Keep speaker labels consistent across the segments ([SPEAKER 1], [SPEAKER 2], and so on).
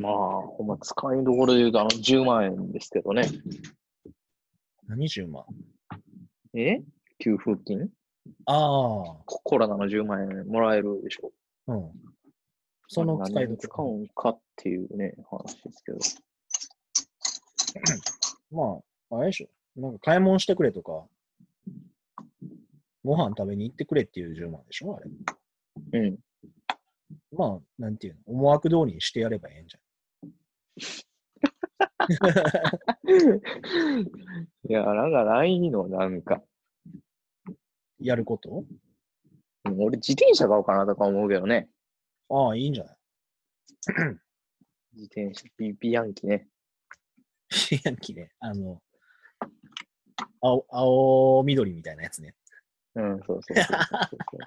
[SPEAKER 1] まあ、ほんま使いどころで言うと、あの、10万円ですけどね。
[SPEAKER 2] 何10万
[SPEAKER 1] え給付金
[SPEAKER 2] あ
[SPEAKER 1] ココロナの10万円もらえるでしょ。
[SPEAKER 2] あ、うん。その使いど
[SPEAKER 1] 使
[SPEAKER 2] こ
[SPEAKER 1] うんかっていうね、話ですけど。
[SPEAKER 2] ろ。まあ、あれでしょ。なんか買い物してくれとか、ご飯食べに行ってくれっていう10万でしょあれ。
[SPEAKER 1] うん。
[SPEAKER 2] まあ、なんていうの、思惑通りにしてやればええんじ
[SPEAKER 1] いや、なんかないの、なんか。
[SPEAKER 2] ゃん。やること
[SPEAKER 1] 俺、自転車買おうかなとか思うけどね。
[SPEAKER 2] ああ、いいんじゃない
[SPEAKER 1] 自転車、ビビアンキね。
[SPEAKER 2] ヤンキーね。あの、青、青緑みたいなやつね。
[SPEAKER 1] うん、そうそうそう そうそう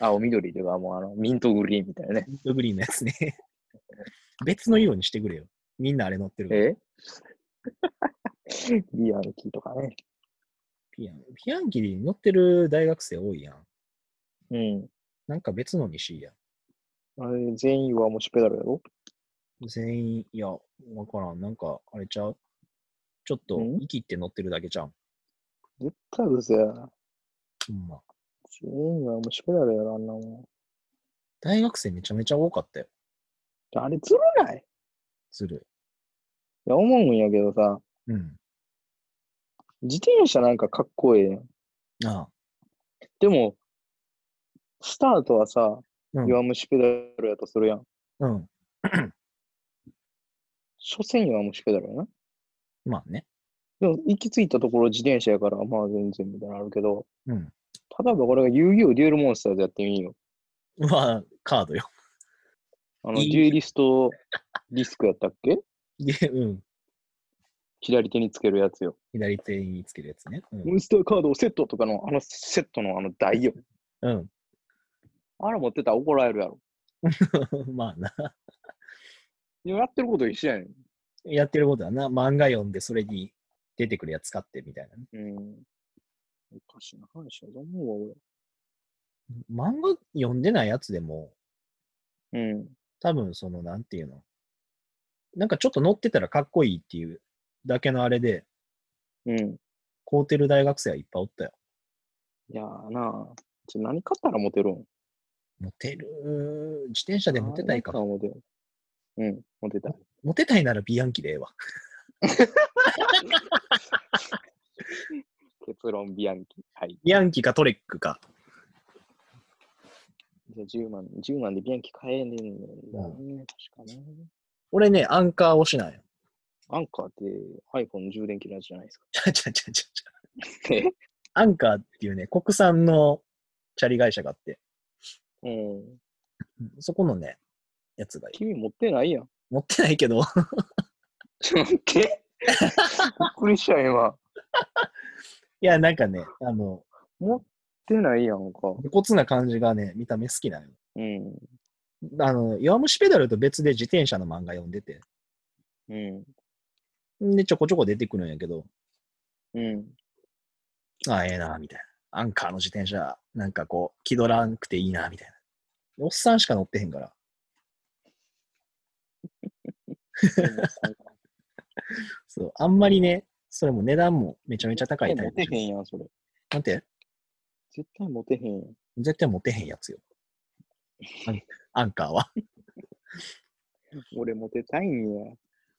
[SPEAKER 1] 青緑というか、もうあの、ミントグリーンみたいなね。
[SPEAKER 2] ミントグリーンのやつね。 別の色にしてくれよ。みんなあれ乗ってるから。
[SPEAKER 1] え ビアンキとかね。
[SPEAKER 2] ピアンピアンキー乗ってる大学生多いやん。
[SPEAKER 1] うん。
[SPEAKER 2] なんか別のにしいや
[SPEAKER 1] あれ、全員はもしペダルやろ
[SPEAKER 2] ん。全員、いや、わからん。なんか、あれちゃうちょっと
[SPEAKER 1] ん、
[SPEAKER 2] 息って乗ってるだけじゃん。
[SPEAKER 1] 絶対うせやな。
[SPEAKER 2] ほんま。
[SPEAKER 1] 全員はもしペダルやろ、あんなもん。
[SPEAKER 2] 大学生めちゃめちゃ多かったよ。
[SPEAKER 1] あれ、ずるないい
[SPEAKER 2] する。
[SPEAKER 1] や、思うんやけどさ、
[SPEAKER 2] うん。
[SPEAKER 1] 自転車なんかかっこええやん。
[SPEAKER 2] ああ。
[SPEAKER 1] でも、スタートはさ、
[SPEAKER 2] うん。
[SPEAKER 1] 弱虫ペダルやとするやん。
[SPEAKER 2] うん、
[SPEAKER 1] 所詮弱虫ペダルやな。
[SPEAKER 2] まあね。
[SPEAKER 1] でも、行き着いたところ自転車やから、まあ全然みたいなのあるけど、
[SPEAKER 2] うん。
[SPEAKER 1] 例えばこれが遊戯王デュエルモンスターズやってみよ
[SPEAKER 2] まあ、カードよ。
[SPEAKER 1] う。あの、
[SPEAKER 2] いい
[SPEAKER 1] デュエリストリスクやったっけ
[SPEAKER 2] で、うん。
[SPEAKER 1] 左手につけるやつよ。
[SPEAKER 2] 左手につけるやつね。う
[SPEAKER 1] モ
[SPEAKER 2] ん。
[SPEAKER 1] ンスターカードをセットとかの、あのセットのあの台よ。
[SPEAKER 2] うん、
[SPEAKER 1] あれ持ってたら怒られるやろ。
[SPEAKER 2] まあな。
[SPEAKER 1] でもやってること一緒やねん。
[SPEAKER 2] やってることはな、漫画読んでそれに出てくるやつ買ってみたいなね。
[SPEAKER 1] うん。おかしな話やと思うわ、
[SPEAKER 2] 漫画読んでないやつでも、
[SPEAKER 1] 俺。うん。
[SPEAKER 2] 多分その、なんていうの。なんかちょっと乗ってたらかっこいいっていうだけのあれで、
[SPEAKER 1] うん。
[SPEAKER 2] 買うてる大学生はいっぱいおったよ。
[SPEAKER 1] いやーなあちょ何買ったらモテるん
[SPEAKER 2] モテる。自転車でモテたいか
[SPEAKER 1] あ。ーなんモテる。うん、モテたい。
[SPEAKER 2] モテたいならビアンキでええわ。
[SPEAKER 1] 結論、ビアンキ。はい。
[SPEAKER 2] ビアンキかトレックか。
[SPEAKER 1] じゃあ10万、10万でビアンキ買えねえんだよね。確かね。
[SPEAKER 2] 俺ね、アンカーをしないよ。
[SPEAKER 1] アンカーって iPhone の充電器のやつじゃないですか。
[SPEAKER 2] ちゃちゃちゃちゃちゃ。
[SPEAKER 1] え
[SPEAKER 2] アンカーっていうね、国産のチャリ会社があって、
[SPEAKER 1] うん。
[SPEAKER 2] そこのね、やつがいい。
[SPEAKER 1] 君持ってないやん。
[SPEAKER 2] 持ってないけど、
[SPEAKER 1] ちょっと待って。びっくりした、今。持っ
[SPEAKER 2] いや、なんかね、あの、
[SPEAKER 1] てないやんか。
[SPEAKER 2] 無骨な感じがね、見た目好きなのよ。
[SPEAKER 1] うん。
[SPEAKER 2] あの、弱虫ペダルと別で自転車の漫画読んでて、
[SPEAKER 1] うん。
[SPEAKER 2] んで、ちょこちょこ出てくるんやけど、
[SPEAKER 1] うん。
[SPEAKER 2] ああ、ええな、みたいな。アンカーの自転車、なんかこう、気取らんくていいな、みたいな。おっさんしか乗ってへんから。そう、あんまりね、それも値段もめちゃめちゃ高い
[SPEAKER 1] 絶
[SPEAKER 2] タイ
[SPEAKER 1] 対
[SPEAKER 2] プ
[SPEAKER 1] モテへんやん、それ。
[SPEAKER 2] なんて
[SPEAKER 1] 絶対モテへんやん。
[SPEAKER 2] 絶対持てへんや つよ。アンアンカーは。
[SPEAKER 1] 俺モテたいんや。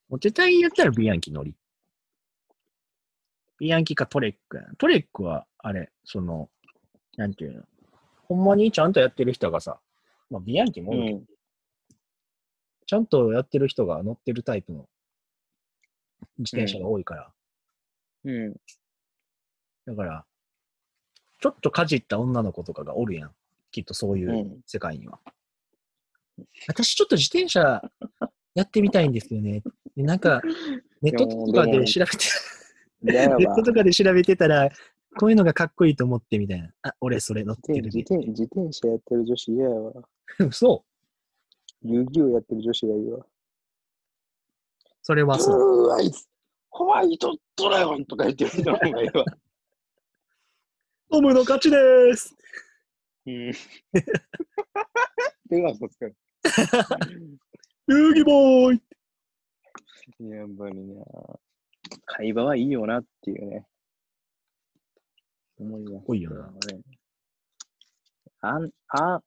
[SPEAKER 2] モテたいんやったらビアンキ乗り。ビアンキかトレックやなトレックは、あれ、その、なんていうの。ほんまにちゃんとやってる人がさ、まあ、ビアンキもおるけど、
[SPEAKER 1] ん。
[SPEAKER 2] ちゃんとやってる人が乗ってるタイプの自転車が多いから。
[SPEAKER 1] うん。。
[SPEAKER 2] だから、ちょっとかじった女の子とかがおるやん。きっとそういううん世界には。私ちょっと自転車やってみたいんですよね。でなん か、ネットとかで調べて、
[SPEAKER 1] 嫌や
[SPEAKER 2] ネッ
[SPEAKER 1] わ
[SPEAKER 2] ト。とかで調べてたら、こういうのがかっこいいと思ってみたいな。あ、俺それ乗ってる
[SPEAKER 1] 自
[SPEAKER 2] ね。
[SPEAKER 1] 転自転車やってる女子嫌やわ。
[SPEAKER 2] そう。
[SPEAKER 1] 遊戯王やってる女子がいいわ。
[SPEAKER 2] それはそう。
[SPEAKER 1] うーわいホワイトドラゴンとか言ってる人の方がいいわ。
[SPEAKER 2] トムの勝ちです
[SPEAKER 1] うん。ペガサスから。
[SPEAKER 2] 遊戯ボーイ
[SPEAKER 1] やっぱりな。会話はいいよなっていうね。思います
[SPEAKER 2] 多いよな。
[SPEAKER 1] ね。あん、あ、あ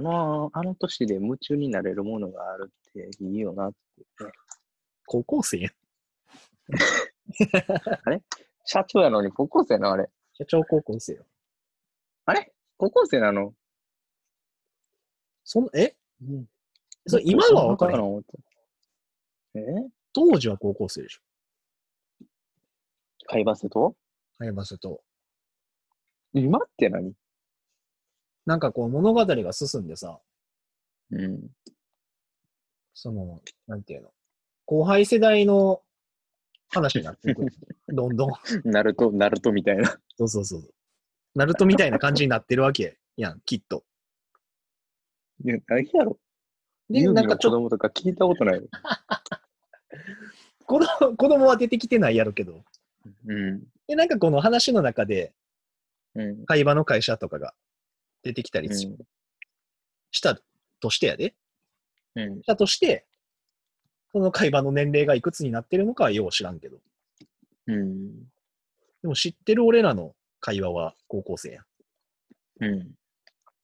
[SPEAKER 1] の、あの年で夢中になれるものがあるっていいよなっていうね。
[SPEAKER 2] 高校生やん。
[SPEAKER 1] 社長やのに高校生な、あれ。
[SPEAKER 2] 社長高校生よ。
[SPEAKER 1] あれ高校生なの
[SPEAKER 2] その、えそれ今は分からん。
[SPEAKER 1] ん。え
[SPEAKER 2] 当時は高校生でしょ。
[SPEAKER 1] 会話せと
[SPEAKER 2] 早バスと。
[SPEAKER 1] 今って何
[SPEAKER 2] なんかこう物語が進んでさ、
[SPEAKER 1] うん。
[SPEAKER 2] その、なんていうの。後輩世代の話になっていく。どんどん。
[SPEAKER 1] ナルト、ナルトみたいな。
[SPEAKER 2] そうそうそう。ナルトみたいな感じになってるわけやん、きっと。
[SPEAKER 1] いや、何やろ。
[SPEAKER 2] で、
[SPEAKER 1] ユーミ
[SPEAKER 2] な
[SPEAKER 1] ン
[SPEAKER 2] ん
[SPEAKER 1] の
[SPEAKER 2] かち
[SPEAKER 1] 子
[SPEAKER 2] ょっ
[SPEAKER 1] 供とか聞いたことない。
[SPEAKER 2] と、子供子供は出てきてないやろけど。
[SPEAKER 1] うん。
[SPEAKER 2] で、なんかこの話の中で、
[SPEAKER 1] うん。
[SPEAKER 2] 会話の会社とかが出てきたりし,、
[SPEAKER 1] う
[SPEAKER 2] たとしてやで。
[SPEAKER 1] ん。うん
[SPEAKER 2] したとして、その会話の年齢がいくつになってるのかはよう知らんけど。
[SPEAKER 1] うん。
[SPEAKER 2] でも知ってる俺らの会話は高校生やん。
[SPEAKER 1] うん。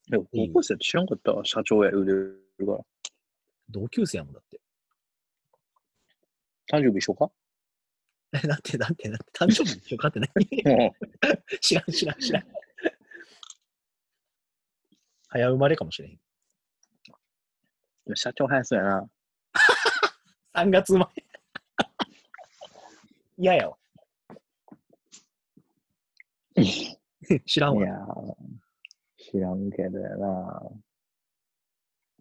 [SPEAKER 1] でも高校生って知らんかったわ社長や言うてるから。
[SPEAKER 2] 同級生やもんだって。
[SPEAKER 1] 誕生日一緒か
[SPEAKER 2] え、 なんて、なんて、なんて、誕生日よかってない
[SPEAKER 1] うん。
[SPEAKER 2] 知らん、知らん、知らん。早生まれかもしれへん。
[SPEAKER 1] 社長早そうやな。
[SPEAKER 2] 3月生まれ。 嫌やわ。 知らん
[SPEAKER 1] い
[SPEAKER 2] わ。
[SPEAKER 1] やー知らんけどやな。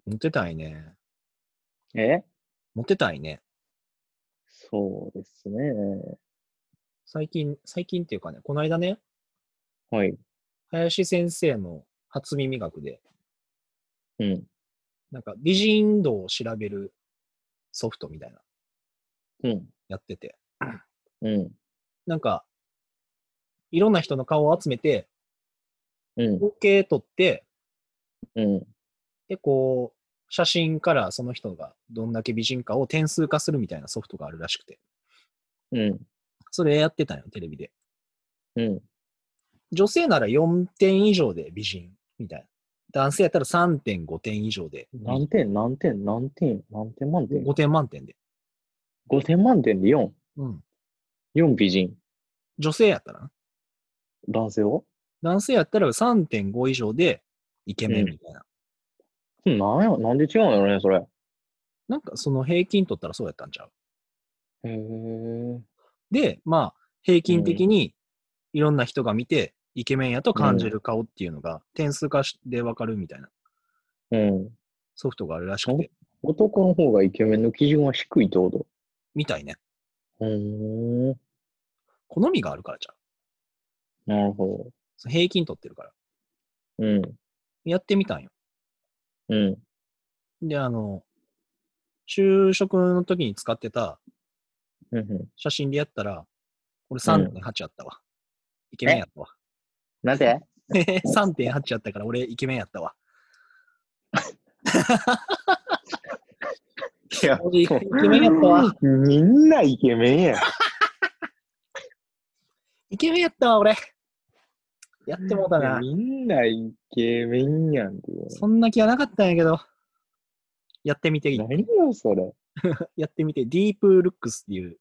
[SPEAKER 2] モテたいね。
[SPEAKER 1] え
[SPEAKER 2] モテたいね。
[SPEAKER 1] そうですね。
[SPEAKER 2] 最近、最近っていうかね、この間ね、
[SPEAKER 1] はい。
[SPEAKER 2] 林先生の初耳学で、
[SPEAKER 1] うん。
[SPEAKER 2] なんか美人度を調べるソフトみたいな、
[SPEAKER 1] うん。
[SPEAKER 2] やってて、
[SPEAKER 1] うん。
[SPEAKER 2] なんか、いろんな人の顔を集めて、
[SPEAKER 1] うん。
[SPEAKER 2] 合計取って、
[SPEAKER 1] うん。
[SPEAKER 2] で、こう、写真からその人がどんだけ美人かを点数化するみたいなソフトがあるらしくて、
[SPEAKER 1] うん。
[SPEAKER 2] それやってたんよ、テレビで。
[SPEAKER 1] うん。
[SPEAKER 2] 女性なら4点以上で美人みたいな。男性やったら3.5点以上で、
[SPEAKER 1] 何点何点何点何点満点
[SPEAKER 2] 5点満点で。
[SPEAKER 1] ?5 点満点で4。
[SPEAKER 2] うん。
[SPEAKER 1] 4美人。
[SPEAKER 2] 女性やったらな
[SPEAKER 1] 男性は
[SPEAKER 2] 男性やったら3.5以上でイケメンみたいな。
[SPEAKER 1] なんや、なんで違うんやろね、それ。
[SPEAKER 2] なんかその平均取ったらそうやったんちゃう
[SPEAKER 1] へえ。
[SPEAKER 2] で、まあ、平均的にいろんな人が見て、イケメンやと感じる顔っていうのが点数化でわかるみたいな
[SPEAKER 1] うん。
[SPEAKER 2] ソフトがあるらしく
[SPEAKER 1] うん
[SPEAKER 2] て、
[SPEAKER 1] 男の方がイケメンの基準は低いってこと
[SPEAKER 2] みたいね。
[SPEAKER 1] うーん。
[SPEAKER 2] 好みがあるからちゃう。
[SPEAKER 1] なるほ
[SPEAKER 2] その平均取ってるから。
[SPEAKER 1] ど。うん。
[SPEAKER 2] やってみたんよ。
[SPEAKER 1] うん。
[SPEAKER 2] で、あの、就職の時に使ってた
[SPEAKER 1] うんうん。
[SPEAKER 2] 写真でやったら、俺3.8やったわ。イケメンやったわ。
[SPEAKER 1] な ぜ
[SPEAKER 2] 3.8やったから俺イケメンやったわ。
[SPEAKER 1] いや
[SPEAKER 2] 俺イケメンやったわ。
[SPEAKER 1] みんなイケメンや。
[SPEAKER 2] イケメンやったわ、俺。やってもうたな。
[SPEAKER 1] みんなイケメンやんっていう。
[SPEAKER 2] そんな気はなかったんやけど。やってみて、
[SPEAKER 1] 何よ、それ。
[SPEAKER 2] やってみて、ディープルックスっていう